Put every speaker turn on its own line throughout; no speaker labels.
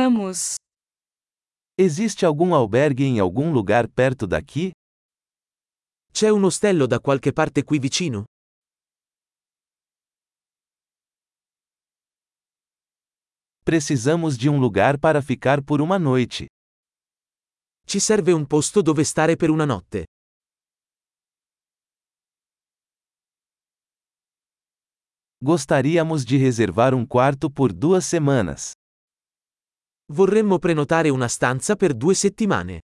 Vamos.
Esiste algum albergue em algum lugar perto daqui?
C'è un ostello da qualche parte qui vicino?
Precisamos de um lugar para ficar por uma noite.
Ci serve un posto dove stare per una notte.
Gostaríamos de reservar um quarto por duas semanas.
Vorremmo prenotare una stanza per due settimane.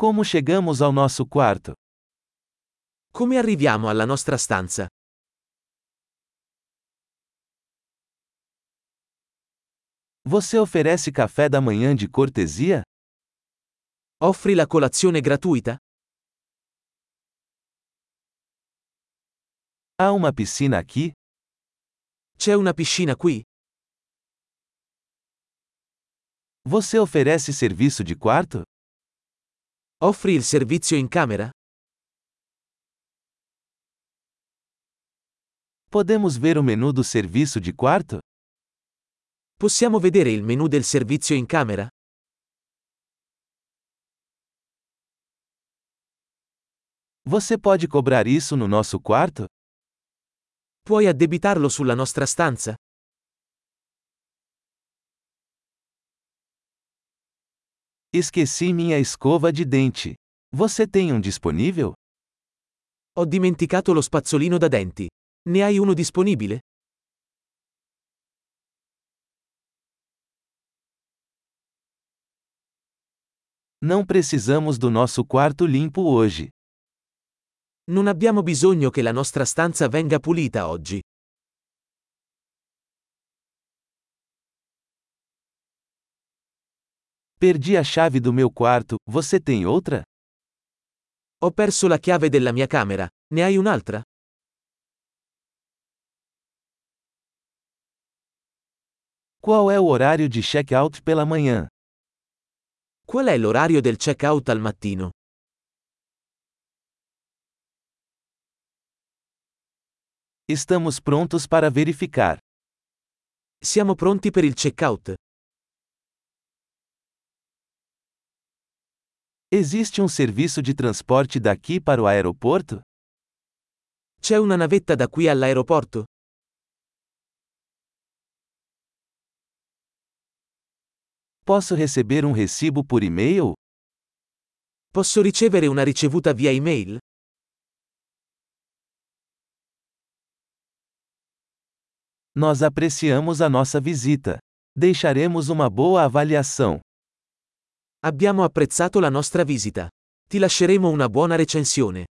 Como chegamos ao nosso quarto?
Come arriviamo alla nostra stanza?
Você oferece café da manhã de cortesia?
Offri la colazione gratuita?
Há uma piscina aqui?
C'è una piscina qui?
Você oferece serviço de quarto?
Offri il servizio in camera?
Podemos ver o menu do serviço de quarto?
Possiamo vedere il menu del servizio in camera?
Você pode cobrar isso no nosso quarto?
Puoi addebitarlo sulla nostra stanza?
Esqueci minha escova de dente. Você tem um disponível?
Ho dimenticato lo spazzolino da denti. Ne hai uno disponibile?
Não precisamos do nosso quarto limpo hoje.
Non abbiamo bisogno che la nostra stanza venga pulita oggi.
Perdi a chave do meu quarto, você tem outra?
Ho perso la chiave della mia camera. Ne hai un'altra?
Qual é o horário de check-out pela manhã?
Qual è l'orario del check-out al mattino?
Estamos prontos para verificar.
Siamo pronti per il check-out.
Existe um serviço de transporte daqui para o aeroporto?
C'è una navetta da qui all'aeroporto?
Posso receber um recibo por e-mail?
Posso ricevere una ricevuta via email?
Nós apreciamos a nossa visita. Deixaremos uma boa avaliação.
Abbiamo apprezzato la nostra visita. Ti lasceremo una buona recensione.